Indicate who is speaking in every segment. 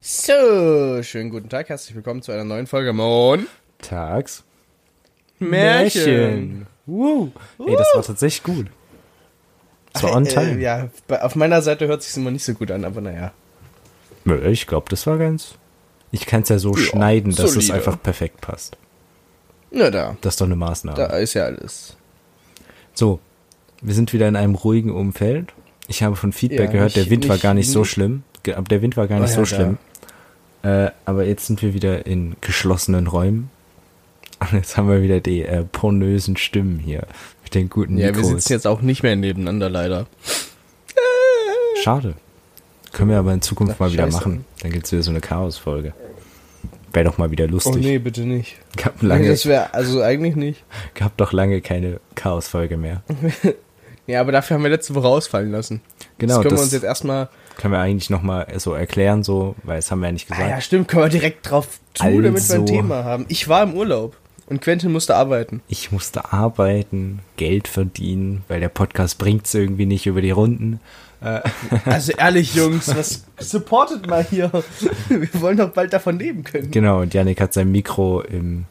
Speaker 1: So, schönen guten Tag, herzlich willkommen zu einer neuen Folge Moon.
Speaker 2: Tags.
Speaker 1: Märchen.
Speaker 2: Woo. Ey, das war tatsächlich gut. Das war on time.
Speaker 1: Äh, ja, bei- auf meiner Seite hört sich immer nicht so gut an, aber naja.
Speaker 2: Nö, Ich glaube, das war ganz. Ich kann es ja so schneiden, dass es
Speaker 1: solide.
Speaker 2: einfach perfekt passt.
Speaker 1: Na da,
Speaker 2: Das ist doch eine Maßnahme.
Speaker 1: da ist ja alles.
Speaker 2: So, wir sind wieder in einem ruhigen Umfeld. Ich habe von Feedback
Speaker 1: Ja,
Speaker 2: gehört, der
Speaker 1: nicht-
Speaker 2: Wind war
Speaker 1: nicht-
Speaker 2: gar nicht so
Speaker 1: nicht-
Speaker 2: schlimm. Ge- Aber der Wind war gar nicht
Speaker 1: Oh
Speaker 2: so
Speaker 1: ja,
Speaker 2: schlimm. Äh, aber jetzt sind wir wieder in geschlossenen Räumen. Und jetzt haben wir wieder die äh, pornösen Stimmen hier. Mit den guten
Speaker 1: Ja, wir
Speaker 2: Mikros.
Speaker 1: sitzen jetzt auch nicht mehr nebeneinander, leider.
Speaker 2: Schade. Können wir aber in Zukunft
Speaker 1: Ach,
Speaker 2: mal wieder
Speaker 1: scheiße.
Speaker 2: machen. Dann gibt's wieder so eine Chaos-Folge. Wäre doch mal wieder lustig.
Speaker 1: Oh, bitte nicht.
Speaker 2: Gab,
Speaker 1: Lange.
Speaker 2: lange,
Speaker 1: Das wäre, also eigentlich nicht.
Speaker 2: gab doch lange keine Chaos-Folge mehr.
Speaker 1: Ja, aber dafür haben wir letzte Woche ausfallen lassen.
Speaker 2: Genau,
Speaker 1: das können
Speaker 2: das-
Speaker 1: wir uns jetzt erstmal,
Speaker 2: Können wir eigentlich nochmal so erklären, so, weil das haben wir ja nicht
Speaker 1: ah
Speaker 2: gesagt.
Speaker 1: ja stimmt, können wir direkt drauf zu, damit wir ein
Speaker 2: Also.
Speaker 1: Thema haben. Ich war im Urlaub und Quentin musste arbeiten.
Speaker 2: Ich musste arbeiten, Geld verdienen, weil der Podcast bringt's irgendwie nicht über die Runden.
Speaker 1: Also ehrlich, Jungs, was supportet mal hier? Wir wollen doch bald davon leben können.
Speaker 2: Genau, und Yannick hat sein Mikro im,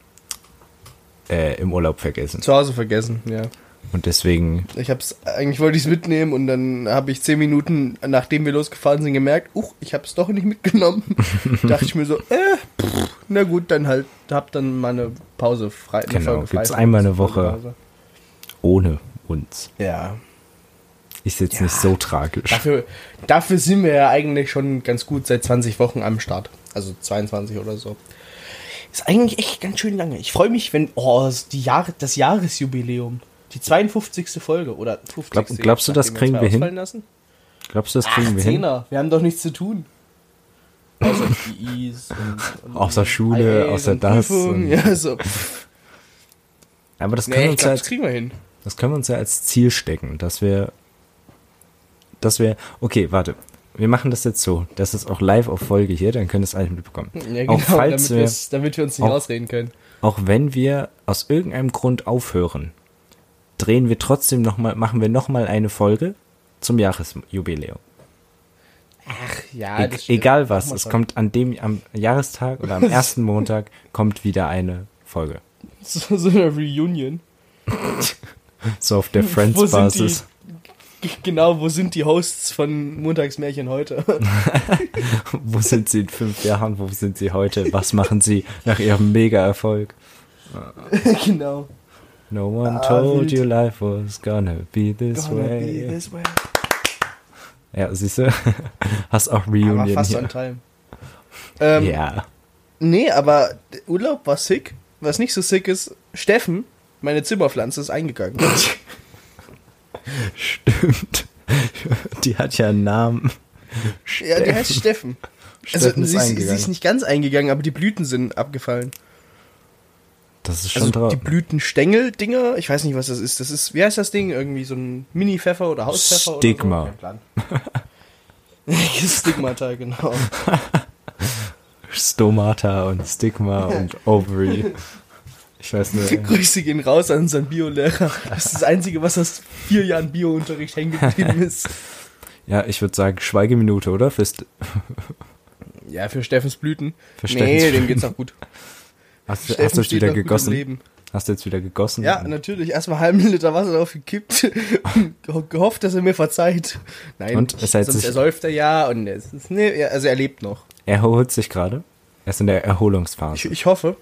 Speaker 2: äh, im Urlaub vergessen.
Speaker 1: Zu Hause vergessen, ja.
Speaker 2: Und deswegen,
Speaker 1: Ich hab's, eigentlich wollte ich's mitnehmen und dann habe ich zehn Minuten, nachdem wir losgefahren sind, gemerkt, uch, ich hab's doch nicht mitgenommen. Dachte ich mir so, äh, pff, na gut, dann halt, hab dann mal eine Pause frei. eine
Speaker 2: Genau,
Speaker 1: Folge frei.
Speaker 2: gibt's einmal eine Woche. ohne uns,
Speaker 1: Ja.
Speaker 2: ist jetzt nicht so tragisch.
Speaker 1: Dafür, dafür sind wir ja eigentlich schon ganz gut seit 20 Wochen am Start. Also 22 oder so. Ist eigentlich echt ganz schön lange. Ich freue mich, wenn, oh, es ist die Jahre, das Jahresjubiläum. Die 52. Folge oder 50.
Speaker 2: Glaub- glaubst du, das
Speaker 1: nachdem
Speaker 2: kriegen
Speaker 1: zwei
Speaker 2: wir hin?
Speaker 1: ausfallen Lassen?
Speaker 2: Glaubst du, das kriegen
Speaker 1: Ach,
Speaker 2: wir hin?
Speaker 1: Zehner. Wir haben doch nichts zu tun. Außer GIs und, und
Speaker 2: Außer Schule,
Speaker 1: IAs
Speaker 2: außer
Speaker 1: und
Speaker 2: das
Speaker 1: Prüfungen.
Speaker 2: und-
Speaker 1: Ja, so.
Speaker 2: Aber das können,
Speaker 1: Nee,
Speaker 2: wir
Speaker 1: ich
Speaker 2: uns
Speaker 1: glaub,
Speaker 2: ja
Speaker 1: das
Speaker 2: als,
Speaker 1: kriegen wir hin.
Speaker 2: das können wir uns ja als Ziel stecken, dass wir, dass wir, okay, warte, wir machen das jetzt so, das ist auch live auf Folge hier, dann können das alle mitbekommen.
Speaker 1: Ja, genau,
Speaker 2: halt auch falls
Speaker 1: damit,
Speaker 2: wir,
Speaker 1: wir's- damit wir uns nicht
Speaker 2: auch-
Speaker 1: ausreden können.
Speaker 2: auch wenn wir aus irgendeinem Grund aufhören, drehen wir trotzdem noch mal, machen wir noch mal eine Folge zum Jahresjubiläum.
Speaker 1: Ach ja, Ah, das
Speaker 2: E
Speaker 1: stimmt.
Speaker 2: egal was,
Speaker 1: Mach
Speaker 2: es
Speaker 1: mal.
Speaker 2: kommt an dem am Jahrestag oder am ersten Montag kommt wieder eine Folge.
Speaker 1: So, so eine Reunion.
Speaker 2: So auf der
Speaker 1: Wo sind
Speaker 2: Friends-Basis.
Speaker 1: die? G- Genau, wo sind die Hosts von Montagsmärchen heute?
Speaker 2: Wo sind sie in fünf Jahren? Wo sind sie heute? Was machen sie nach ihrem Mega-Erfolg?
Speaker 1: genau.
Speaker 2: No one
Speaker 1: Ah,
Speaker 2: told
Speaker 1: wild.
Speaker 2: you life was gonna be this
Speaker 1: Gonna
Speaker 2: way.
Speaker 1: be this way.
Speaker 2: Ja, siehst du? Hast auch Reunion
Speaker 1: Aber fast
Speaker 2: hier.
Speaker 1: on time. Ähm,
Speaker 2: ja.
Speaker 1: Nee, aber der Urlaub war sick. Was nicht so sick ist, Steffen, meine Zimmerpflanze, ist eingegangen.
Speaker 2: Stimmt. Die hat ja einen Namen.
Speaker 1: ja, die heißt Steffen. Also
Speaker 2: Steffen ist
Speaker 1: sie ist, sie
Speaker 2: eingegangen.
Speaker 1: ist nicht ganz eingegangen, aber die Blüten sind abgefallen.
Speaker 2: Das ist schon
Speaker 1: Also die
Speaker 2: traurig.
Speaker 1: Blütenstängel-Dinger, ich weiß nicht, was das ist. Das ist, wie heißt das Ding? Irgendwie so ein Mini-Pfeffer oder Hauspfeffer
Speaker 2: Stigma.
Speaker 1: oder so? Kein Plan. Stigmata, genau.
Speaker 2: Stomata und Stigma und Ovary. Ich weiß nur.
Speaker 1: Grüße gehen raus an unseren Bio-Lehrer. Das ist das Einzige, was aus vier Jahren Bio-Unterricht hängen geblieben ist.
Speaker 2: Ja, ich würde sagen, Schweigeminute, oder? Fürs,
Speaker 1: Ja, für Steffens Blüten.
Speaker 2: Für
Speaker 1: nee,
Speaker 2: Steffens
Speaker 1: dem
Speaker 2: Blüten.
Speaker 1: geht's auch gut.
Speaker 2: hast, du-
Speaker 1: Steffen
Speaker 2: hast du jetzt
Speaker 1: steht
Speaker 2: wieder
Speaker 1: noch gut im
Speaker 2: gegossen?
Speaker 1: Leben.
Speaker 2: Hast du jetzt wieder gegossen?
Speaker 1: Ja, natürlich. Erstmal halben Liter Wasser draufgekippt und geho- gehofft, dass er mir verzeiht. Nein,
Speaker 2: Und es hat
Speaker 1: sonst
Speaker 2: sich-
Speaker 1: ersäuft er ja und es ist, nee, er- also er lebt noch.
Speaker 2: Er erholt sich gerade. Er ist in der Erholungsphase.
Speaker 1: Ich, ich hoffe.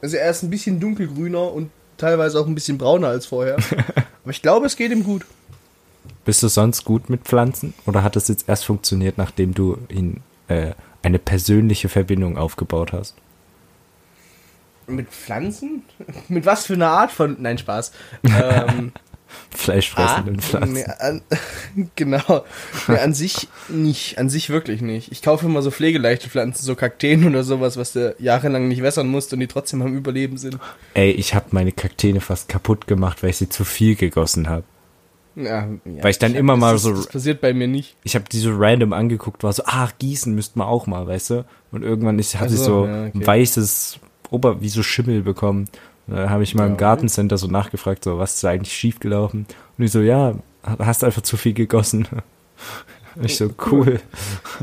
Speaker 1: Also er ist ein bisschen dunkelgrüner und teilweise auch ein bisschen brauner als vorher. Aber ich glaube, es geht ihm gut.
Speaker 2: Bist du sonst gut mit Pflanzen oder hat es jetzt erst funktioniert, nachdem du ihn äh, eine persönliche Verbindung aufgebaut hast?
Speaker 1: Mit Pflanzen? Mit was für einer Art von... Nein, Spaß. Ähm,
Speaker 2: Fleischfressenden Pflanzen.
Speaker 1: Ah, Nee, an, genau. Nee, an sich nicht. An sich wirklich nicht. Ich kaufe immer so pflegeleichte Pflanzen, so Kakteen oder sowas, was du jahrelang nicht wässern musst und die trotzdem am Überleben sind.
Speaker 2: Ey, ich habe meine Kakteen fast kaputt gemacht, weil ich sie zu viel gegossen habe.
Speaker 1: Ja, ja,
Speaker 2: Weil ich dann
Speaker 1: hab-
Speaker 2: immer mal
Speaker 1: das, ist-
Speaker 2: so-
Speaker 1: Das passiert bei mir nicht.
Speaker 2: Ich habe die so random angeguckt, war so, ach, gießen müsste man auch mal, weißt du? Und irgendwann ich, hatte
Speaker 1: Ach
Speaker 2: ich
Speaker 1: so,
Speaker 2: so
Speaker 1: ja, okay.
Speaker 2: ein weißes Ober, wie so Schimmel bekommen. Und Dann habe ich mal im
Speaker 1: Ja.
Speaker 2: Gartencenter so nachgefragt, so, was ist da eigentlich schiefgelaufen? Und ich so, ja, hast einfach zu viel gegossen. Und ich so, cool.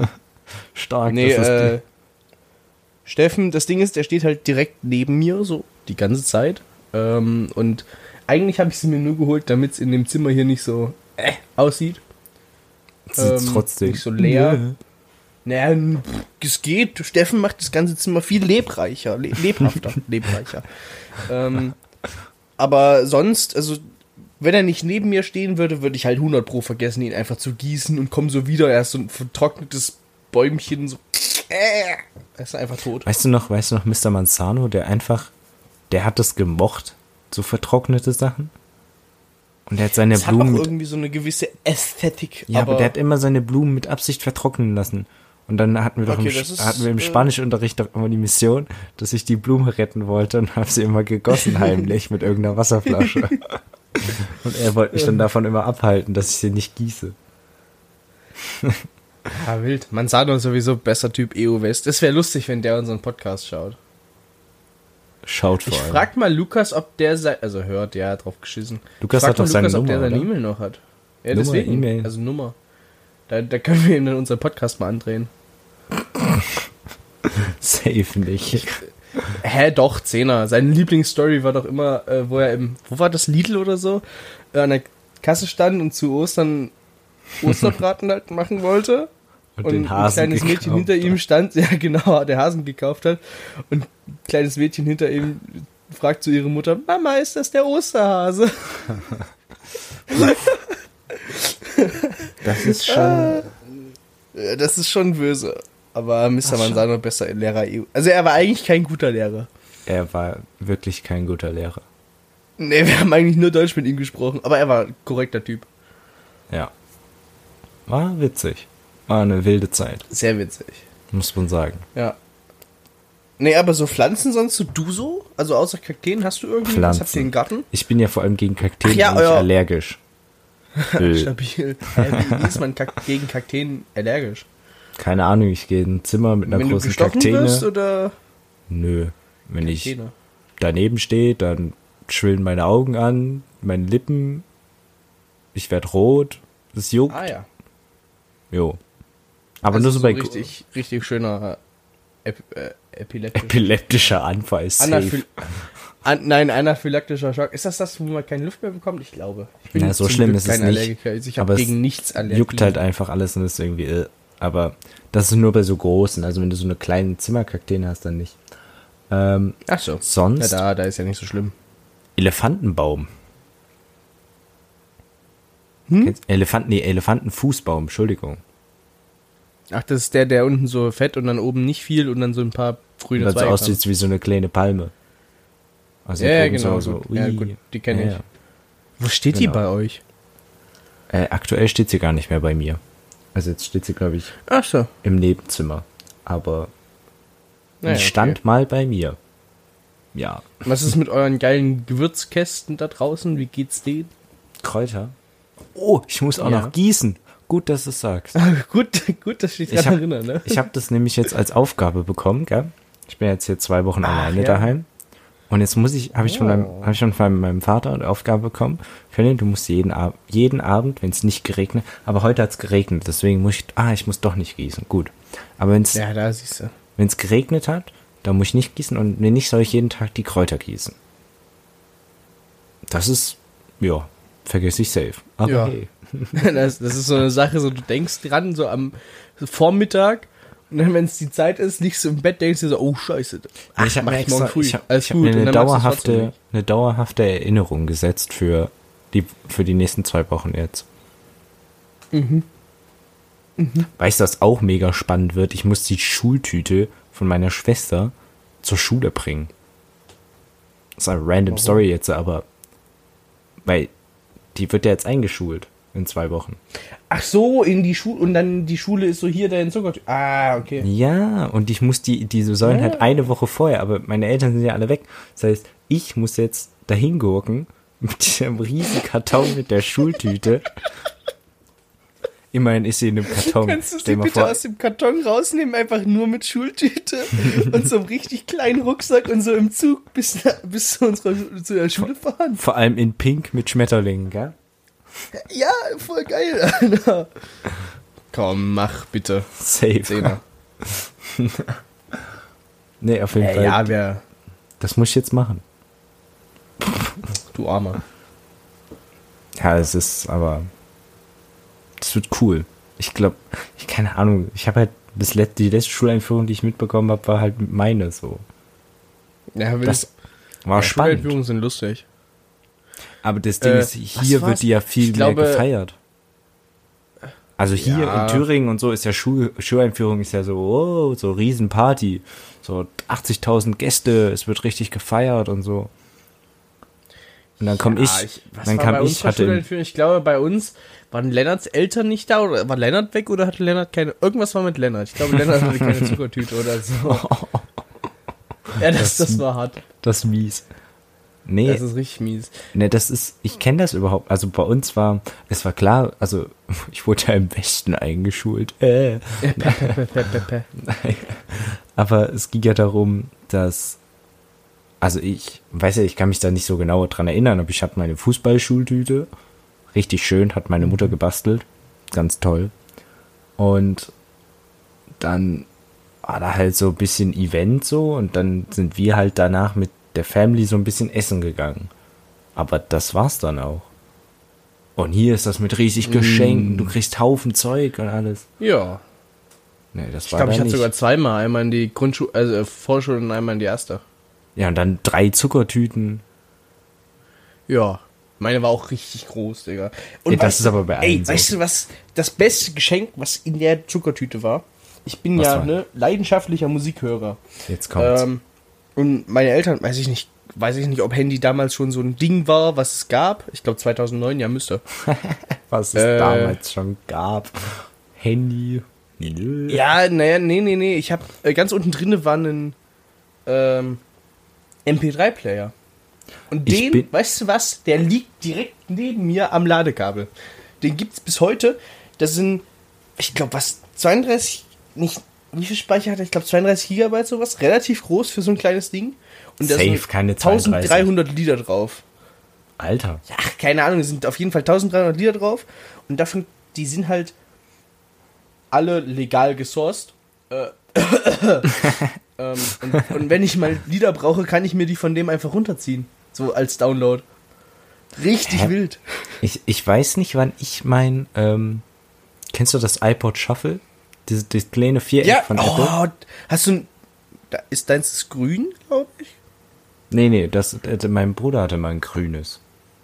Speaker 2: Stark,
Speaker 1: Nee,
Speaker 2: das ist
Speaker 1: äh, Steffen, das Ding ist, der steht halt direkt neben mir, so die ganze Zeit. Ähm, und eigentlich habe ich sie mir nur geholt, damit es in dem Zimmer hier nicht so äh, aussieht.
Speaker 2: Sieht's
Speaker 1: Ähm,
Speaker 2: trotzdem.
Speaker 1: Nicht so leer. Naja, n- pff, es geht. Steffen macht das ganze Zimmer viel lebreicher, le lebhafter, lebreicher. Ähm, aber sonst, also, wenn er nicht neben mir stehen würde, würde ich halt 100 Pro vergessen, ihn einfach zu gießen und komme so wieder. Er ist so ein vertrocknetes Bäumchen, so. Äh, er ist einfach tot.
Speaker 2: Weißt du noch, weißt du noch, Mr. Manzano, der einfach, der hat das gemocht, so vertrocknete Sachen. Und der hat seine
Speaker 1: Es hat auch
Speaker 2: Blumen mit,
Speaker 1: irgendwie so eine gewisse Ästhetik.
Speaker 2: ja, aber, der hat immer seine Blumen mit Absicht vertrocknen lassen. Und dann hatten wir doch
Speaker 1: Okay,
Speaker 2: im,
Speaker 1: das
Speaker 2: Sp-
Speaker 1: ist,
Speaker 2: hatten wir im
Speaker 1: äh,
Speaker 2: Spanischunterricht doch immer die Mission, dass ich die Blume retten wollte und habe sie immer gegossen heimlich mit irgendeiner Wasserflasche. und er wollte
Speaker 1: Ähm.
Speaker 2: mich dann davon immer abhalten, dass ich sie nicht gieße.
Speaker 1: Ah, wild. Manzano ist sowieso besser Typ EU West. Es wäre lustig, wenn der unseren Podcast schaut.
Speaker 2: Schaut vor
Speaker 1: Ich
Speaker 2: allem.
Speaker 1: frag mal Lukas, ob der sein. Also hört, ja, drauf geschissen.
Speaker 2: Lukas
Speaker 1: ich frag
Speaker 2: hat doch
Speaker 1: mal
Speaker 2: seine
Speaker 1: Lukas, ob der
Speaker 2: Nummer,
Speaker 1: seine
Speaker 2: oder?
Speaker 1: E-Mail noch hat. Ja,
Speaker 2: Nummer,
Speaker 1: deswegen.
Speaker 2: E-Mail.
Speaker 1: Also Nummer. Da, da können wir ihm dann unseren Podcast mal andrehen.
Speaker 2: Safe nicht.
Speaker 1: Hä, doch, Zehner. Seine Lieblingsstory war doch immer, äh, wo er im, wo war das, Lidl oder so, äh, an der Kasse stand und zu Ostern Osterbraten halt machen wollte.
Speaker 2: Und
Speaker 1: Und,
Speaker 2: den Hasen
Speaker 1: ein kleines Mädchen
Speaker 2: gekauft
Speaker 1: hinter
Speaker 2: hat.
Speaker 1: ihm stand, ja genau, der Hasen gekauft hat. Und ein kleines Mädchen hinter ihm fragt zu ihrer Mutter, Mama, ist das der Osterhase?
Speaker 2: Das ist
Speaker 1: Ah.
Speaker 2: schon.
Speaker 1: Äh, Das ist schon böse. Aber Mr. Manzano besser Lehrer EU. Also er war eigentlich kein guter Lehrer.
Speaker 2: Er war wirklich kein guter Lehrer.
Speaker 1: Nee, wir haben eigentlich nur Deutsch mit ihm gesprochen, aber er war ein korrekter Typ.
Speaker 2: Ja. War witzig. War eine wilde Zeit,
Speaker 1: Sehr witzig.
Speaker 2: muss man sagen.
Speaker 1: Ja. Nee, aber so Pflanzen sonst so du so? Also außer Kakteen hast du irgendwie was? Habt
Speaker 2: Pflanzen.
Speaker 1: ihr einen Garten?
Speaker 2: Ich bin ja vor allem gegen Kakteen
Speaker 1: Ach ja,
Speaker 2: eigentlich
Speaker 1: euer-
Speaker 2: allergisch. Öl.
Speaker 1: Stabil. Äh, wie wie ist man Kak gegen Kakteen allergisch?
Speaker 2: Keine Ahnung, ich gehe in ein Zimmer mit einer
Speaker 1: Wenn du
Speaker 2: großen ne?
Speaker 1: gestochen
Speaker 2: Kaktene.
Speaker 1: wirst oder
Speaker 2: Nö. Wenn ich
Speaker 1: Kakteen?
Speaker 2: daneben stehe, dann schwillen meine Augen an, meine Lippen. Ich werde rot. Es juckt.
Speaker 1: Ah ja.
Speaker 2: Jo. Aber
Speaker 1: Also
Speaker 2: nur so, bei
Speaker 1: richtig, richtig schöner Ep äh, epileptischer
Speaker 2: epileptischer Anfall. ist Safe.
Speaker 1: Anaphyl An Nein, anaphylaktischer Schock. Ist das das, wo man keine Luft mehr bekommt? Ich glaube. Ich
Speaker 2: Na, so
Speaker 1: zum
Speaker 2: schlimm
Speaker 1: Glück
Speaker 2: ist es
Speaker 1: kein
Speaker 2: nicht.
Speaker 1: Allergiker. Also Ich
Speaker 2: Aber
Speaker 1: habe
Speaker 2: es
Speaker 1: gegen nichts Allergie.
Speaker 2: juckt halt einfach alles und ist irgendwie. Äh. Aber das ist nur bei so großen. Also wenn du so eine kleine Zimmerkakteen hast, dann nicht. Ähm,
Speaker 1: Ach so. Na
Speaker 2: sonst
Speaker 1: da, da ist ja nicht so schlimm.
Speaker 2: Elefantenbaum.
Speaker 1: Hm?
Speaker 2: Kennst- Elefanten, nee, Elefantenfußbaum, Entschuldigung.
Speaker 1: Ach, das ist der, der unten so fett und dann oben nicht viel und dann so ein paar grüne
Speaker 2: Weil so
Speaker 1: Zweige
Speaker 2: aussieht wie so eine kleine Palme. Also
Speaker 1: Ja, ja,
Speaker 2: oben
Speaker 1: genau, gut. Ja,
Speaker 2: ui.
Speaker 1: gut, die kenne
Speaker 2: Ja, Genau.
Speaker 1: ich. Wo steht
Speaker 2: die
Speaker 1: die bei euch?
Speaker 2: ja. Äh, aktuell steht sie gar nicht mehr bei mir. Also jetzt steht sie, glaube ich,
Speaker 1: Ach so.
Speaker 2: im Nebenzimmer. Aber
Speaker 1: Naja,
Speaker 2: die stand mal bei mir. Ja.
Speaker 1: Okay. Was ist mit euren geilen Gewürzkästen da draußen? Wie geht's denen?
Speaker 2: Kräuter. Oh, ich muss auch
Speaker 1: Ja.
Speaker 2: noch gießen. Gut, dass du es sagst.
Speaker 1: gut, gut, dass ich dich
Speaker 2: Ich
Speaker 1: daran
Speaker 2: habe
Speaker 1: erinnere, ne?
Speaker 2: hab das nämlich jetzt als Aufgabe bekommen, gell? Ich bin jetzt hier zwei Wochen alleine
Speaker 1: ja.
Speaker 2: daheim. Und jetzt muss ich, habe ich, von meinem-
Speaker 1: Oh.
Speaker 2: hab ich von meinem- meinem Vater eine Aufgabe bekommen. Ferdinand, du musst jeden, Ab jeden Abend, wenn es nicht geregnet, aber heute hat es geregnet, deswegen muss ich, ah, ich muss doch nicht gießen, gut. Aber wenn es
Speaker 1: Ja, da siehst du.
Speaker 2: wenn's geregnet hat, dann muss ich nicht gießen und wenn nicht, soll ich jeden Tag die Kräuter gießen. Das ist, ja, vergesse ich safe. Aber
Speaker 1: Ja.
Speaker 2: hey.
Speaker 1: Das, das ist so eine Sache, so du denkst dran, so am Vormittag und dann, wenn es die Zeit ist, liegst du im Bett, denkst du so, oh scheiße. Ach,
Speaker 2: ich habe
Speaker 1: mach
Speaker 2: mir,
Speaker 1: ich morgen
Speaker 2: extra,
Speaker 1: früh.
Speaker 2: ich hab,
Speaker 1: Alles
Speaker 2: ich hab
Speaker 1: gut.
Speaker 2: mir
Speaker 1: Und
Speaker 2: eine,
Speaker 1: dann machst du's trotzdem
Speaker 2: dauerhafte,
Speaker 1: nicht.
Speaker 2: eine dauerhafte Erinnerung gesetzt für die, für die nächsten zwei Wochen jetzt.
Speaker 1: Mhm.
Speaker 2: Weißt du, was auch mega spannend wird? Ich muss die Schultüte von meiner Schwester zur Schule bringen. Das ist eine random Story jetzt, aber weil die wird ja jetzt eingeschult in zwei Wochen.
Speaker 1: Ach so, in die Schule und dann die Schule ist so hier dein Zucker. Ah, okay.
Speaker 2: Ja, und ich muss die, diese sollen
Speaker 1: Ja.
Speaker 2: halt eine Woche vorher, aber meine Eltern sind ja alle weg. Das heißt, ich muss jetzt dahin gucken mit diesem riesen Karton mit der Schultüte. Immerhin ist sie in einem Karton.
Speaker 1: Kannst du
Speaker 2: Stell
Speaker 1: sie
Speaker 2: mal
Speaker 1: bitte
Speaker 2: vor,
Speaker 1: aus dem Karton rausnehmen, einfach nur mit Schultüte und so einem richtig kleinen Rucksack und so im Zug bis, na- bis zu unserer zu der Schule fahren?
Speaker 2: vor allem in Pink mit Schmetterlingen, gell?
Speaker 1: Ja, voll geil, Alter. Komm, mach bitte.
Speaker 2: Safe.
Speaker 1: Zehner.
Speaker 2: Nee, auf jeden
Speaker 1: Äh,
Speaker 2: Fall.
Speaker 1: ja, wer.
Speaker 2: das muss ich jetzt machen.
Speaker 1: Du Armer.
Speaker 2: Ja, es ist, aber. Das wird cool. Ich glaube, ich keine Ahnung. Ich habe halt bis let die letzte Schuleinführung, die ich mitbekommen habe, war halt meine so.
Speaker 1: Ja, will
Speaker 2: Das war spannend.
Speaker 1: sind lustig.
Speaker 2: Aber das Ding
Speaker 1: Äh,
Speaker 2: ist,
Speaker 1: was
Speaker 2: hier
Speaker 1: war's?
Speaker 2: wird die ja viel
Speaker 1: Ich glaube-
Speaker 2: mehr gefeiert. Also hier
Speaker 1: Ja.
Speaker 2: in Thüringen und so ist ja Schul Schuleinführung ist ja so, oh, so Riesenparty. So 80.000 Gäste, es wird richtig gefeiert und so. Und dann komme
Speaker 1: Ja,
Speaker 2: ich,
Speaker 1: was
Speaker 2: dann
Speaker 1: war bei
Speaker 2: kam
Speaker 1: uns
Speaker 2: ich,
Speaker 1: bei
Speaker 2: hatte im
Speaker 1: Schuleinführung? ich glaube, bei uns waren Lennarts Eltern nicht da oder war Lennart weg oder hatte Lennart keine. Irgendwas war mit Lennart. Ich glaube, Lennart hatte keine Zuckertüte oder so. Ja, das, das war hart.
Speaker 2: Das ist mies. Nee,
Speaker 1: Das ist richtig mies.
Speaker 2: nee Ne, das ist, ich kenne das überhaupt. Also bei uns war, es war klar, also ich wurde ja im Westen eingeschult. Äh.
Speaker 1: Pepe.
Speaker 2: Aber es ging ja darum, dass, also ich weiß ja, ich kann mich da nicht so genau dran erinnern, aber ich hatte meine Fußballschultüte. Richtig schön, hat meine Mutter gebastelt. Ganz toll. Und dann war da halt so ein bisschen Event so und dann sind wir halt danach mit der Family so ein bisschen essen gegangen. Aber das war's dann auch. Und hier ist das mit riesig
Speaker 1: Mm.
Speaker 2: Geschenken, du kriegst Haufen Zeug und alles.
Speaker 1: Ja.
Speaker 2: Nee, das
Speaker 1: Ich glaube,
Speaker 2: da
Speaker 1: ich hatte
Speaker 2: nicht.
Speaker 1: sogar zweimal. Einmal in die Grundschule, also äh, Vorschule und einmal in die erste.
Speaker 2: Ja, und dann drei Zuckertüten.
Speaker 1: Ja. Meine war auch richtig groß, Digga. Und
Speaker 2: Ey, das
Speaker 1: weißt
Speaker 2: ist
Speaker 1: du-
Speaker 2: aber bei allen
Speaker 1: Ey,
Speaker 2: so.
Speaker 1: weißt du, was das beste Geschenk, was in der Zuckertüte war? Ich bin
Speaker 2: Was
Speaker 1: ja
Speaker 2: war?
Speaker 1: ne, leidenschaftlicher Musikhörer.
Speaker 2: Jetzt kommt's.
Speaker 1: Ähm, und meine Eltern, weiß ich nicht, weiß ich nicht, ob Handy damals schon so ein Ding war, was es gab. Ich glaube 2009, ja müsste.
Speaker 2: was es
Speaker 1: äh,
Speaker 2: damals schon gab. Handy. Nö.
Speaker 1: Ja, naja, nee, nee, nee. Ich habe äh, ganz unten drinne war ein ähm, MP3-Player. Und
Speaker 2: Ich
Speaker 1: den,
Speaker 2: bin-
Speaker 1: weißt du was, der liegt direkt neben mir am Ladekabel. Den gibt's bis heute. Das sind, ich glaube, was, 32, nicht, wie viel Speicher hat er? Ich glaube, 32 Gigabyte, sowas. Relativ groß für so ein kleines Ding. Und da
Speaker 2: Safe,
Speaker 1: sind
Speaker 2: keine
Speaker 1: 1300 Lieder drauf.
Speaker 2: Alter.
Speaker 1: ach, keine Ahnung, es sind auf jeden Fall 1300 Lieder drauf und davon, die sind halt alle legal gesourced. Äh, ähm, und, und wenn ich mal Lieder brauche, kann ich mir die von dem einfach runterziehen. So als Download. Richtig
Speaker 2: Hä?
Speaker 1: wild.
Speaker 2: Ich, ich weiß nicht, wann ich mein. Ähm, kennst du das iPod Shuffle? Dieses, dieses kleine Viereck
Speaker 1: Ja,
Speaker 2: von Apple?
Speaker 1: oh, hast du ein. Da ist deins das grün, glaube ich?
Speaker 2: Nee, nee, das, äh, mein Bruder hatte mal ein grünes.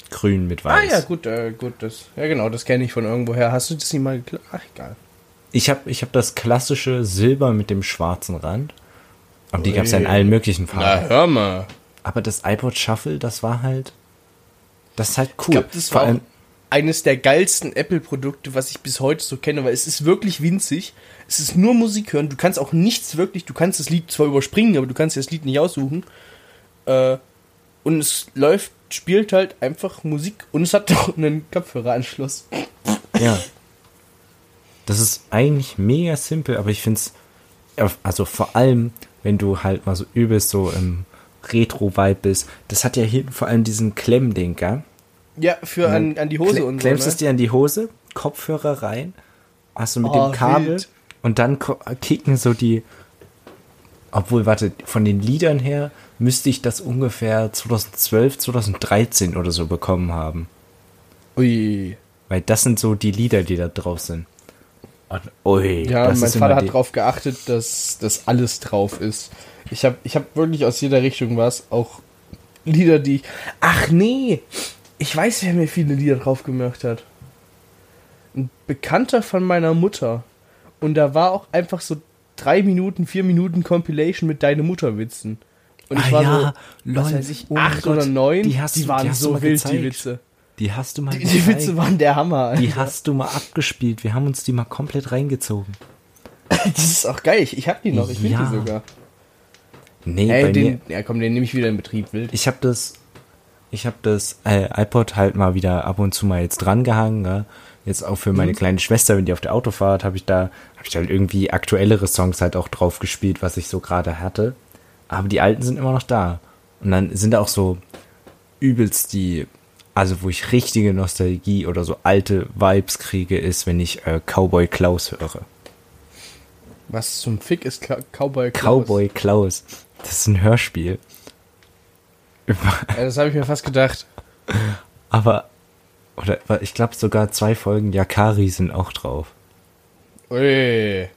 Speaker 2: Grün mit
Speaker 1: Ah
Speaker 2: weiß.
Speaker 1: ja, gut, äh, gut, das. Ja genau, das kenne ich von irgendwoher. Hast du das nicht mal gekla- Ach egal.
Speaker 2: Ich habe ich hab das klassische Silber mit dem schwarzen Rand. Aber die gab es ja in
Speaker 1: Ui.
Speaker 2: allen möglichen Farben.
Speaker 1: hör mal.
Speaker 2: Aber das iPod Shuffle, das war halt. Das ist halt cool.
Speaker 1: Ich glaube, das
Speaker 2: Vor
Speaker 1: war auch
Speaker 2: allem-
Speaker 1: eines der geilsten Apple-Produkte, was ich bis heute so kenne, weil es ist wirklich winzig. Es ist nur Musik hören. Du kannst auch nichts wirklich, du kannst das Lied zwar überspringen, aber du kannst dir das Lied nicht aussuchen. Äh, und es läuft, spielt halt einfach Musik und es hat auch einen Kopfhöreranschluss.
Speaker 2: Ja. Das ist eigentlich mega simpel, aber ich find's auf- also vor allem, wenn du halt mal so übelst so im Retro-Vibe bist, das hat ja hinten vor allem diesen Klemmding, gell?
Speaker 1: Ja, für an, an die Hose
Speaker 2: Kle-
Speaker 1: und so.
Speaker 2: Klemmst
Speaker 1: Ne?
Speaker 2: es dir in die Hose, Kopfhörer rein, also mit
Speaker 1: Oh,
Speaker 2: dem Kabel
Speaker 1: wild.
Speaker 2: und dann ko- kicken so die. Obwohl, warte, von den Liedern her müsste ich das ungefähr 2012, 2013 oder so bekommen haben.
Speaker 1: Ui.
Speaker 2: Weil das sind so die Lieder, die da drauf sind. Und, ui,
Speaker 1: Ja,
Speaker 2: das
Speaker 1: mein
Speaker 2: ist immer
Speaker 1: Vater
Speaker 2: die-
Speaker 1: hat drauf geachtet, dass das alles drauf ist. Ich habe ich hab wirklich aus jeder Richtung was, auch Lieder, die ich. Ach nee! Ich weiß, wer mir viele Lieder drauf gemacht hat. Ein Bekannter von meiner Mutter. Und da war auch einfach so drei Minuten, vier Minuten Compilation mit deine Mutterwitzen. Und ich
Speaker 2: Ah
Speaker 1: war
Speaker 2: ja,
Speaker 1: so,
Speaker 2: lol,
Speaker 1: was weiß ich,
Speaker 2: oh mein
Speaker 1: acht
Speaker 2: Gott,
Speaker 1: oder neun.
Speaker 2: die hast du-
Speaker 1: waren
Speaker 2: die hast du
Speaker 1: so
Speaker 2: mal
Speaker 1: wild, die
Speaker 2: gezeigt.
Speaker 1: Witze.
Speaker 2: Die hast du mal
Speaker 1: Die, die Witze
Speaker 2: gezeigt.
Speaker 1: waren der Hammer.
Speaker 2: Die
Speaker 1: Alter.
Speaker 2: hast du mal abgespielt. Wir haben uns die mal komplett reingezogen.
Speaker 1: Das ist auch geil. Ich, ich hab die noch, ich finde
Speaker 2: Ja.
Speaker 1: die sogar.
Speaker 2: Nee, bei
Speaker 1: Ey,
Speaker 2: mir.
Speaker 1: den, ja komm, den nehme ich wieder in Betrieb, wild.
Speaker 2: Ich habe das, ich habe das äh, iPod halt mal wieder ab und zu mal jetzt drangehangen. Ne? Jetzt auch für meine kleine Schwester, wenn die auf der Autofahrt, habe ich da, habe ich da halt irgendwie aktuellere Songs halt auch drauf gespielt, was ich so gerade hatte. Aber die alten sind immer noch da. Und dann sind da auch so übelst die, also wo ich richtige Nostalgie oder so alte Vibes kriege, ist, wenn ich äh, Cowboy Klaus höre.
Speaker 1: Was zum Fick ist Cla Cowboy Klaus?
Speaker 2: Cowboy Klaus. Das ist ein Hörspiel. Über-
Speaker 1: Ja, das habe ich mir fast gedacht.
Speaker 2: Aber, oder wa- ich glaube sogar zwei Folgen Yakari sind auch drauf.
Speaker 1: Ui.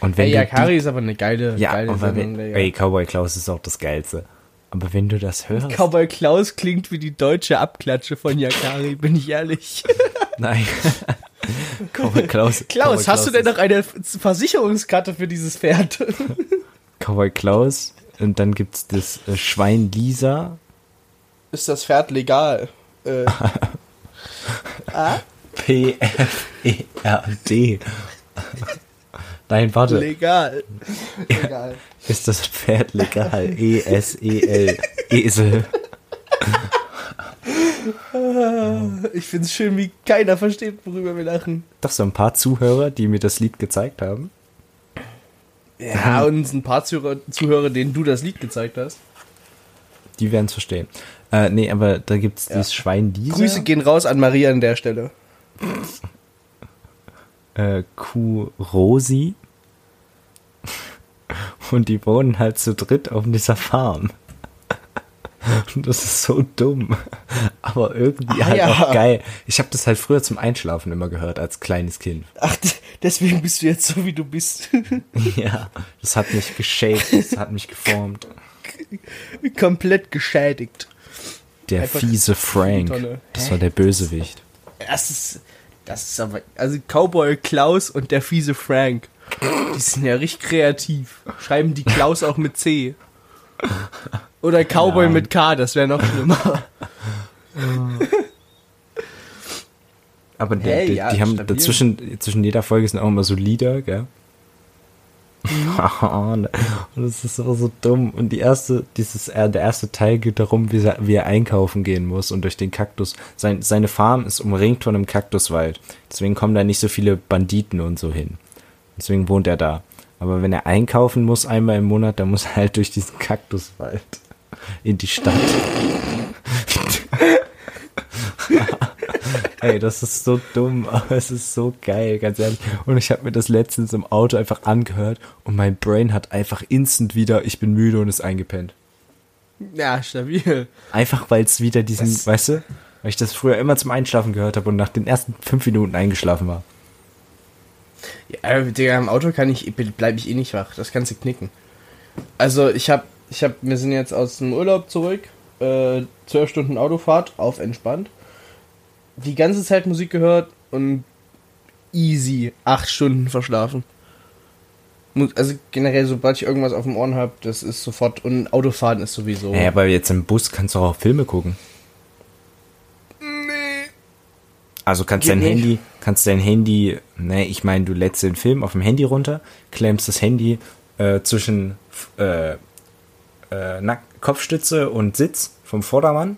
Speaker 2: Und wenn
Speaker 1: Ey,
Speaker 2: du
Speaker 1: Yakari ist aber eine geile,
Speaker 2: die, ja,
Speaker 1: geile
Speaker 2: aber
Speaker 1: Sendung,
Speaker 2: wenn,
Speaker 1: Digga.
Speaker 2: ey, Cowboy Klaus ist auch das Geilste. Aber wenn du das hörst,
Speaker 1: Cowboy Klaus klingt wie die deutsche Abklatsche von Yakari, bin ich ehrlich.
Speaker 2: nein. Cowboy Klaus.
Speaker 1: Klaus,
Speaker 2: Cowboy
Speaker 1: hast du denn
Speaker 2: ist-
Speaker 1: noch eine Versicherungskarte für dieses Pferd?
Speaker 2: Cowboy Klaus und dann gibt's das äh, Schwein Lisa.
Speaker 1: Ist das Pferd legal? Äh,
Speaker 2: P F E R D. Nein, warte.
Speaker 1: legal. Legal.
Speaker 2: Ist das Pferd legal? E S E L. Esel.
Speaker 1: Ich find's schön, wie keiner versteht, worüber wir lachen.
Speaker 2: Doch so ein paar Zuhörer, die mir das Lied gezeigt haben.
Speaker 1: Ja, und ein paar Zuhörer, Zuhörer, denen du das Lied gezeigt hast.
Speaker 2: Die werden es verstehen. Äh, nee, aber da gibt's dieses Schwein Lisa.
Speaker 1: Grüße gehen raus an Maria an der Stelle.
Speaker 2: äh, Kuh Rosi. Und die wohnen halt zu dritt auf dieser Farm. Und das ist so dumm. Aber irgendwie
Speaker 1: Ah,
Speaker 2: halt
Speaker 1: ja.
Speaker 2: auch geil. Ich habe das halt früher zum Einschlafen immer gehört, als kleines Kind.
Speaker 1: Ach, d- deswegen bist du jetzt so, wie du bist.
Speaker 2: Ja, das hat mich geshaped, das hat mich geformt.
Speaker 1: Komplett geschädigt.
Speaker 2: Der
Speaker 1: Einfach
Speaker 2: fiese Frank.
Speaker 1: Tonne.
Speaker 2: Das war der Bösewicht.
Speaker 1: Das ist, das ist aber, also Cowboy Klaus und der fiese Frank. Die sind ja richtig kreativ. Schreiben die Klaus auch mit C. Oder Cowboy mit K, das wäre noch schlimmer.
Speaker 2: Aber der,
Speaker 1: Hey,
Speaker 2: die,
Speaker 1: ja,
Speaker 2: die haben
Speaker 1: stabil.
Speaker 2: dazwischen, zwischen jeder Folge sind auch immer so Lieder, gell?
Speaker 1: Mhm.
Speaker 2: und das ist immer so dumm. Und die erste, dieses, äh, der erste Teil geht darum, wie, er- wie er einkaufen gehen muss und durch den Kaktus. Sein, seine Farm ist umringt von einem Kaktuswald. Deswegen kommen da nicht so viele Banditen und so hin. Deswegen wohnt er da. Aber wenn er einkaufen muss einmal im Monat, dann muss er halt durch diesen Kaktuswald in die Stadt. Ey, das ist so dumm, aber es ist so geil, ganz ehrlich. Und ich habe mir das letztens im Auto einfach angehört und mein Brain hat einfach instant wieder, ich bin müde und ist eingepennt.
Speaker 1: Ja, stabil.
Speaker 2: Einfach weil es wieder diesen,
Speaker 1: Das-
Speaker 2: weißt du, weil ich das früher immer zum Einschlafen gehört habe und nach den ersten fünf Minuten eingeschlafen war.
Speaker 1: Ja, aber, Digga, im Auto kann ich, bleibe ich eh nicht wach. Das kannst du knicken. Also ich hab, ich hab, wir sind jetzt aus dem Urlaub zurück. Äh, 12 Stunden Autofahrt auf entspannt. Die ganze Zeit Musik gehört und easy acht Stunden verschlafen. Mu- Also generell, sobald ich irgendwas auf dem Ohren habe, das ist sofort und Autofahren ist sowieso.
Speaker 2: Ey, aber jetzt im Bus kannst du auch Filme gucken.
Speaker 1: Nee.
Speaker 2: Also kannst
Speaker 1: Geht
Speaker 2: dein
Speaker 1: nicht.
Speaker 2: Handy, kannst dein Handy, ne, ich meine, du lädst den Film auf dem Handy runter, klemmst das Handy äh, zwischen äh, äh, Nack Kopfstütze und Sitz vom Vordermann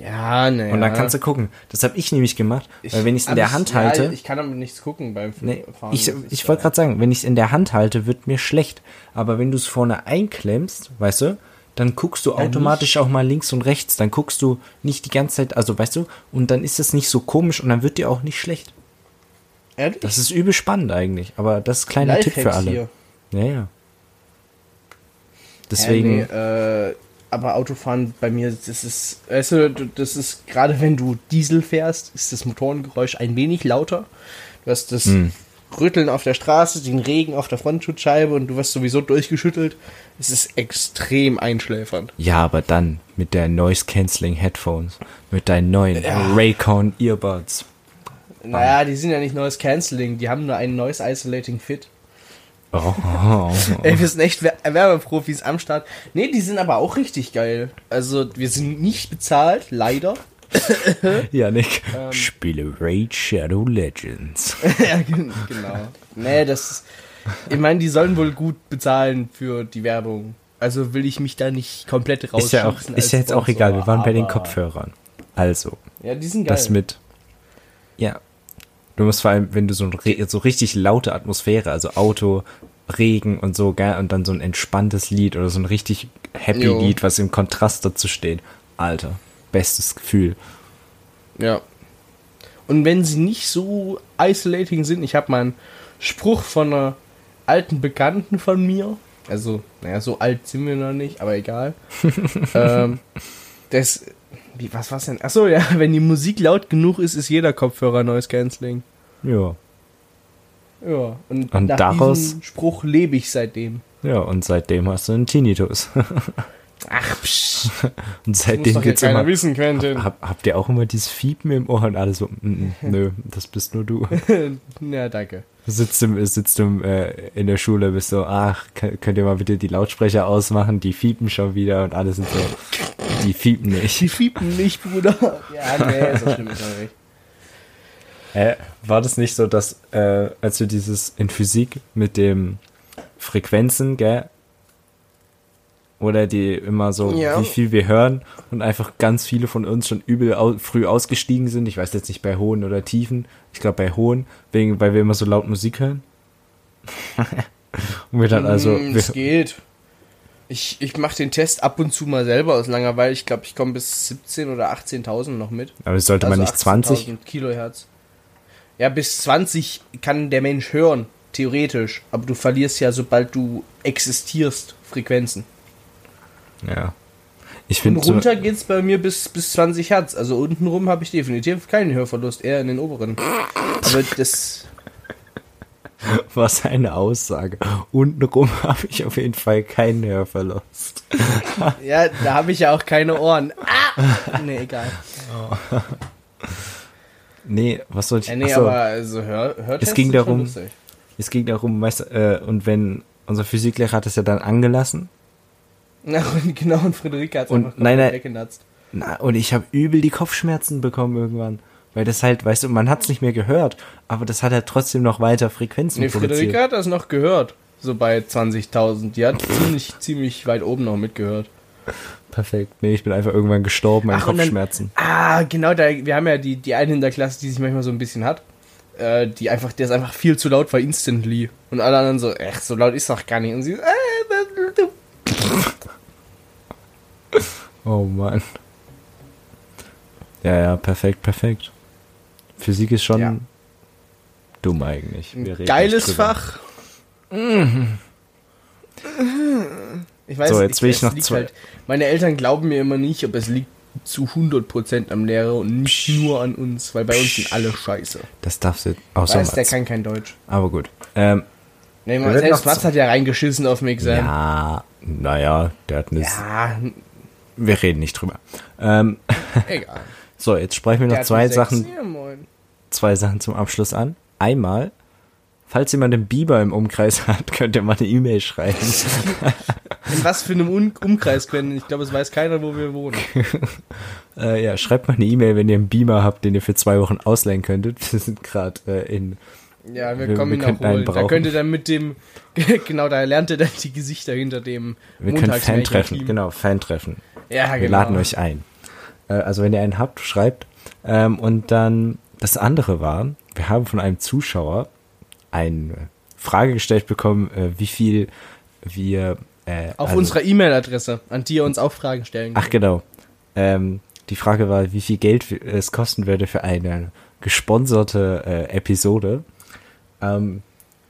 Speaker 1: Ja, ne.
Speaker 2: und dann kannst du gucken. Das habe ich nämlich gemacht, weil wenn ich es in der Hand halte,
Speaker 1: ich kann aber nichts gucken beim
Speaker 2: nee,
Speaker 1: Fahren.
Speaker 2: ich,
Speaker 1: das ist,
Speaker 2: ich wollte
Speaker 1: äh,
Speaker 2: gerade sagen, wenn ich es in der Hand halte, wird mir schlecht. Aber wenn du es vorne einklemmst, weißt du, dann guckst du automatisch auch mal links und rechts. Dann guckst du nicht die ganze Zeit, also weißt du, und dann ist es nicht so komisch und dann wird dir auch nicht schlecht.
Speaker 1: äh, ehrlich?
Speaker 2: Das ist übel spannend eigentlich, aber das ist ein kleiner Tipp für
Speaker 1: Lifehacks
Speaker 2: alle.
Speaker 1: hier.
Speaker 2: Ja, ja. Deswegen,
Speaker 1: Ja, nee, äh, aber Autofahren bei mir, das ist, weißt du, du- das ist gerade wenn du Diesel fährst, ist das Motorengeräusch ein wenig lauter. Du hast das
Speaker 2: Hm.
Speaker 1: Rütteln auf der Straße, den Regen auf der Frontschutzscheibe und du wirst sowieso durchgeschüttelt. Es ist extrem einschläfernd.
Speaker 2: ja, aber dann mit der Noise Cancelling Headphones, mit deinen neuen Raycon Earbuds. Ah.
Speaker 1: Naja, die sind ja nicht neues Canceling, die haben nur einen neues Isolating Fit.
Speaker 2: Oh, oh, oh.
Speaker 1: Ey, wir sind echt Wer- Werbeprofis am Start. Nee, die sind aber auch richtig geil. Also, wir sind nicht bezahlt, leider.
Speaker 2: ja, Nick.
Speaker 1: Ähm.
Speaker 2: Spiele Raid Shadow Legends.
Speaker 1: ja, gen- genau. Nee, das. Ich meine, die sollen wohl gut bezahlen für die Werbung. Also will ich mich da nicht komplett rausschießen.
Speaker 2: Ist ja, auch,
Speaker 1: als
Speaker 2: ist ja jetzt auch
Speaker 1: Sponsor,
Speaker 2: egal, wir waren bei den
Speaker 1: aber-
Speaker 2: Kopfhörern. Also,
Speaker 1: Ja, die sind geil.
Speaker 2: das mit. Ja. Du musst vor allem, wenn du so, ein, re- so richtig laute Atmosphäre, also Auto, Regen und so, gell, und dann so ein entspanntes Lied oder so ein richtig happy
Speaker 1: Jo.
Speaker 2: Lied, was im Kontrast dazu steht. Alter, bestes Gefühl.
Speaker 1: Ja. Und wenn sie nicht so isolating sind, ich habe mal einen Spruch von einer alten Bekannten von mir, also, naja, so alt sind wir noch nicht, aber egal. ähm, das, wie, was war's denn? Achso, ja, wenn die Musik laut genug ist, ist jeder Kopfhörer Noise Cancelling.
Speaker 2: Ja.
Speaker 1: Ja, und,
Speaker 2: Und
Speaker 1: nach
Speaker 2: daraus-
Speaker 1: diesem Spruch lebe ich seitdem.
Speaker 2: Ja, und seitdem hast du einen Tinnitus.
Speaker 1: Ach, psch,
Speaker 2: Und
Speaker 1: muss
Speaker 2: seitdem
Speaker 1: doch ja
Speaker 2: geht's
Speaker 1: keiner
Speaker 2: immer.
Speaker 1: wissen, Quentin.
Speaker 2: Hab, habt ihr auch immer dieses Fiepen im Ohr und alles so? "Mm, mm, Nö, das bist nur du.
Speaker 1: ja, danke.
Speaker 2: Sitzt, im, sitzt im, äh, in der Schule, bist so, ach, kö- könnt ihr mal bitte die Lautsprecher ausmachen, die fiepen schon wieder und alles und so. Die fiepen
Speaker 1: Die
Speaker 2: nicht.
Speaker 1: fiepen nicht, Bruder. Ja, nee, so schlimm ist doch nicht.
Speaker 2: Äh, war das nicht so, dass, äh, als wir dieses in Physik mit dem Frequenzen, gell? Oder die immer so,
Speaker 1: Ja.
Speaker 2: wie viel wir hören und einfach ganz viele von uns schon übel au früh ausgestiegen sind. Ich weiß jetzt nicht bei hohen oder tiefen. Ich glaube bei hohen, wegen, weil wir immer so laut Musik hören. und wir dann also,
Speaker 1: Hm,
Speaker 2: wir,
Speaker 1: es geht. Ich, ich mache den Test ab und zu mal selber aus Langeweile. Ich glaube, ich komme bis 17 oder 18.000 noch mit.
Speaker 2: aber sollte
Speaker 1: Also
Speaker 2: man nicht 20?
Speaker 1: 18.000 Kilohertz. Ja, bis 20 kann der Mensch hören, theoretisch. Aber du verlierst ja, sobald du existierst, Frequenzen.
Speaker 2: Ja. Ich
Speaker 1: Und
Speaker 2: finde so,
Speaker 1: runter geht's bei mir bis, bis 20 Hertz. Also unten rum habe ich definitiv keinen Hörverlust, eher in den oberen. Aber das.
Speaker 2: was eine Aussage. Untenrum habe ich auf jeden Fall keinen Hörverlust.
Speaker 1: Ja, da habe ich ja auch keine Ohren. Ah! Nee, egal.
Speaker 2: Nee, was soll ich...
Speaker 1: Ja, nee,
Speaker 2: achso.
Speaker 1: aber also hör, hört
Speaker 2: Es ging darum- Es ging darum, weißt, du, äh, und wenn unser Physiklehrer hat es ja dann angelassen.
Speaker 1: Na, und genau, und Friederike hat
Speaker 2: Und
Speaker 1: einfach
Speaker 2: nein,
Speaker 1: komplett
Speaker 2: nein.
Speaker 1: weggenatzt.
Speaker 2: Na, und ich habe übel die Kopfschmerzen bekommen irgendwann. Weil das halt, weißt du, man hat es nicht mehr gehört, aber das hat halt trotzdem noch weiter Frequenzen
Speaker 1: Nee, Friederike
Speaker 2: produziert.
Speaker 1: hat das noch gehört. So bei 20.000. Die hat ziemlich, ziemlich weit oben noch mitgehört.
Speaker 2: Perfekt. Nee, ich bin einfach irgendwann gestorben an
Speaker 1: Ach, und dann-
Speaker 2: Kopfschmerzen.
Speaker 1: Ah, genau, da, wir haben ja die, die eine in der Klasse, die sich manchmal so ein bisschen hat. Äh, die einfach, der ist einfach viel zu laut war, instantly. Und alle anderen so, echt, so laut ist doch gar nicht. Und sie, so, äh,
Speaker 2: Oh Mann. Ja, ja, perfekt, perfekt. Physik ist schon
Speaker 1: Ja.
Speaker 2: dumm eigentlich. Wir reden nicht
Speaker 1: geiles
Speaker 2: drüber.
Speaker 1: Fach. Ich weiß
Speaker 2: So,
Speaker 1: nicht,
Speaker 2: jetzt will ich
Speaker 1: es
Speaker 2: noch
Speaker 1: liegt halt,
Speaker 2: zwei-
Speaker 1: meine Eltern glauben mir immer nicht, aber es liegt zu 100% am Lehrer und nicht nur an uns, weil bei uns sind alle scheiße.
Speaker 2: Das darfst du auch so
Speaker 1: Weiß, der
Speaker 2: machen.
Speaker 1: kann kein Deutsch.
Speaker 2: Aber gut. Ähm,
Speaker 1: Nee,
Speaker 2: Wir
Speaker 1: man,
Speaker 2: werden
Speaker 1: selbst
Speaker 2: noch
Speaker 1: Mats hat ja reingeschissen auf dem Examen.
Speaker 2: ja, naja, der hat eine
Speaker 1: Ja,
Speaker 2: Wir reden nicht drüber. Ähm,
Speaker 1: egal.
Speaker 2: so, jetzt sprechen wir
Speaker 1: Der
Speaker 2: noch
Speaker 1: hat
Speaker 2: zwei
Speaker 1: eine Sechs.
Speaker 2: Sachen,
Speaker 1: Ja, moin.
Speaker 2: zwei Sachen zum Abschluss an. Einmal, falls jemand einen Biber im Umkreis hat, könnt ihr mal eine E-Mail schreiben.
Speaker 1: In was für einem Un Umkreis können? Ich glaube, es weiß keiner, wo wir wohnen.
Speaker 2: äh, ja, schreibt mal eine E-Mail, wenn ihr einen Beamer habt, den ihr für zwei Wochen ausleihen könntet. Wir sind gerade äh, in.
Speaker 1: Ja, wir,
Speaker 2: Wir-
Speaker 1: kommen
Speaker 2: wir
Speaker 1: ihn auch
Speaker 2: könnten einen
Speaker 1: holen. Da
Speaker 2: brauchen.
Speaker 1: könnt ihr dann mit dem, genau, da lernt ihr dann die Gesichter hinter dem
Speaker 2: Wir können
Speaker 1: Montagsmärchen-Team.
Speaker 2: Fan-Treffen, genau, Fan-Treffen.
Speaker 1: Ja,
Speaker 2: Wir
Speaker 1: genau.
Speaker 2: laden euch ein. Äh, Also wenn ihr einen habt, schreibt. Ähm, und dann das andere war, wir haben von einem Zuschauer eine Frage gestellt bekommen, äh, wie viel wir äh,
Speaker 1: Auf
Speaker 2: also-
Speaker 1: unserer E-Mail-Adresse, an die ihr uns auch Fragen stellen
Speaker 2: Ach
Speaker 1: könnt.
Speaker 2: genau. Ähm, die Frage war, wie viel Geld wir- es kosten würde für eine gesponserte äh, Episode. Ähm,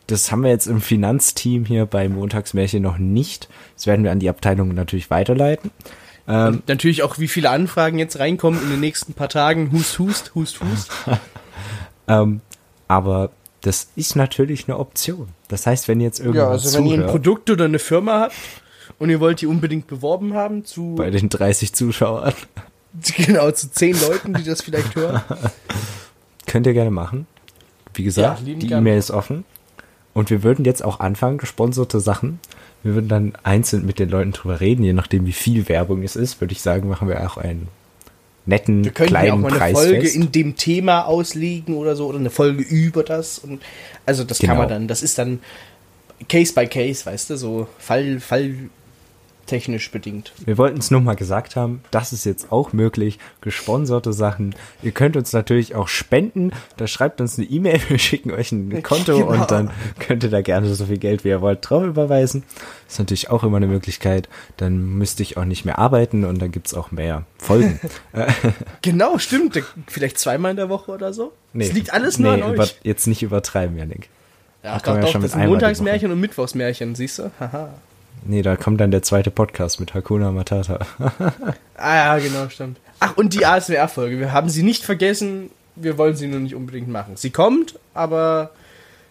Speaker 2: das haben wir jetzt im Finanzteam hier bei Montagsmärchen noch nicht. Das werden wir an die Abteilung natürlich weiterleiten.
Speaker 1: Und natürlich auch, wie viele Anfragen jetzt reinkommen in den nächsten paar Tagen. Hust, hust, hust, hust.
Speaker 2: Ähm, aber das ist natürlich eine Option. Das heißt, wenn jetzt irgendjemand
Speaker 1: also ihr ein
Speaker 2: zuhört,
Speaker 1: Produkt oder eine Firma habt und ihr wollt die unbedingt beworben haben, zu
Speaker 2: bei den 30 Zuschauern,
Speaker 1: genau zu zehn Leuten, die das vielleicht hören.
Speaker 2: könnt ihr gerne machen. Wie gesagt,
Speaker 1: Ja, lieben
Speaker 2: die
Speaker 1: gerne.
Speaker 2: E-Mail ist offen. Und wir würden jetzt auch anfangen, gesponserte Sachen. Wir würden dann einzeln mit den Leuten drüber reden, je nachdem, wie viel Werbung es ist, würde ich sagen, machen wir auch einen netten
Speaker 1: Wir könnten ja auch
Speaker 2: kleinen
Speaker 1: mal eine
Speaker 2: Preis.
Speaker 1: Folge in dem Thema auslegen oder so oder eine Folge über das und also das kann
Speaker 2: Genau.
Speaker 1: man dann, das ist dann Case by Case, weißt du, so Fall Fall technisch bedingt.
Speaker 2: Wir wollten es nur mal gesagt haben, das ist jetzt auch möglich. Gesponserte Sachen. Ihr könnt uns natürlich auch spenden. Da schreibt uns eine E-Mail, wir schicken euch ein Konto
Speaker 1: Genau.
Speaker 2: und dann könnt ihr da gerne so viel Geld, wie ihr wollt, drauf überweisen. Ist natürlich auch immer eine Möglichkeit. Dann müsste ich auch nicht mehr arbeiten und dann gibt's auch mehr Folgen.
Speaker 1: Genau, stimmt, vielleicht zweimal in der Woche oder so.
Speaker 2: Nee,
Speaker 1: es liegt alles nur an euch.
Speaker 2: über, Jetzt nicht übertreiben, Janik.
Speaker 1: Ja,
Speaker 2: kann man ja schon
Speaker 1: das
Speaker 2: mit
Speaker 1: sind
Speaker 2: einmal die
Speaker 1: Montagsmärchen und Mittwochsmärchen, siehst du? Haha.
Speaker 2: Nee, da kommt dann der zweite Podcast mit Hakuna Matata.
Speaker 1: Ah ja, genau, stimmt. Ach, und die ASMR-Folge. Wir haben sie nicht vergessen, wir wollen sie nur nicht unbedingt machen. Sie kommt, aber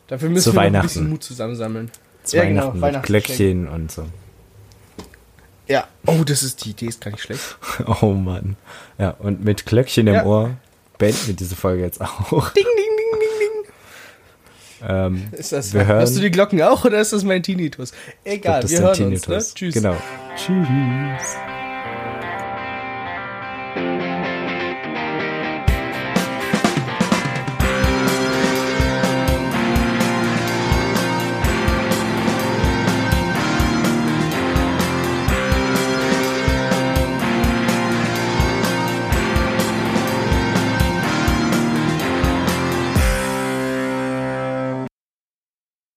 Speaker 1: dafür müssen
Speaker 2: Zu
Speaker 1: wir noch ein
Speaker 2: Weihnachten.
Speaker 1: bisschen Mut zusammensammeln.
Speaker 2: Zu Weihnachten mit Glöckchen und so.
Speaker 1: Ja. Oh, das ist die Idee, ist gar nicht schlecht.
Speaker 2: Oh Mann. Ja, und mit Glöckchen im
Speaker 1: Ja.
Speaker 2: Ohr beenden wir diese Folge jetzt auch.
Speaker 1: Ding, ding, ding, ding,
Speaker 2: Ähm,
Speaker 1: ding. Ist das,
Speaker 2: Wir hören-
Speaker 1: hörst du die Glocken auch oder ist das mein Tinnitus?
Speaker 2: ich glaub,
Speaker 1: Egal,
Speaker 2: das
Speaker 1: wir
Speaker 2: ist
Speaker 1: hören
Speaker 2: ein
Speaker 1: uns. Ne?
Speaker 2: Tinnitus.
Speaker 1: Tschüss.
Speaker 2: Genau.
Speaker 1: Tschüss.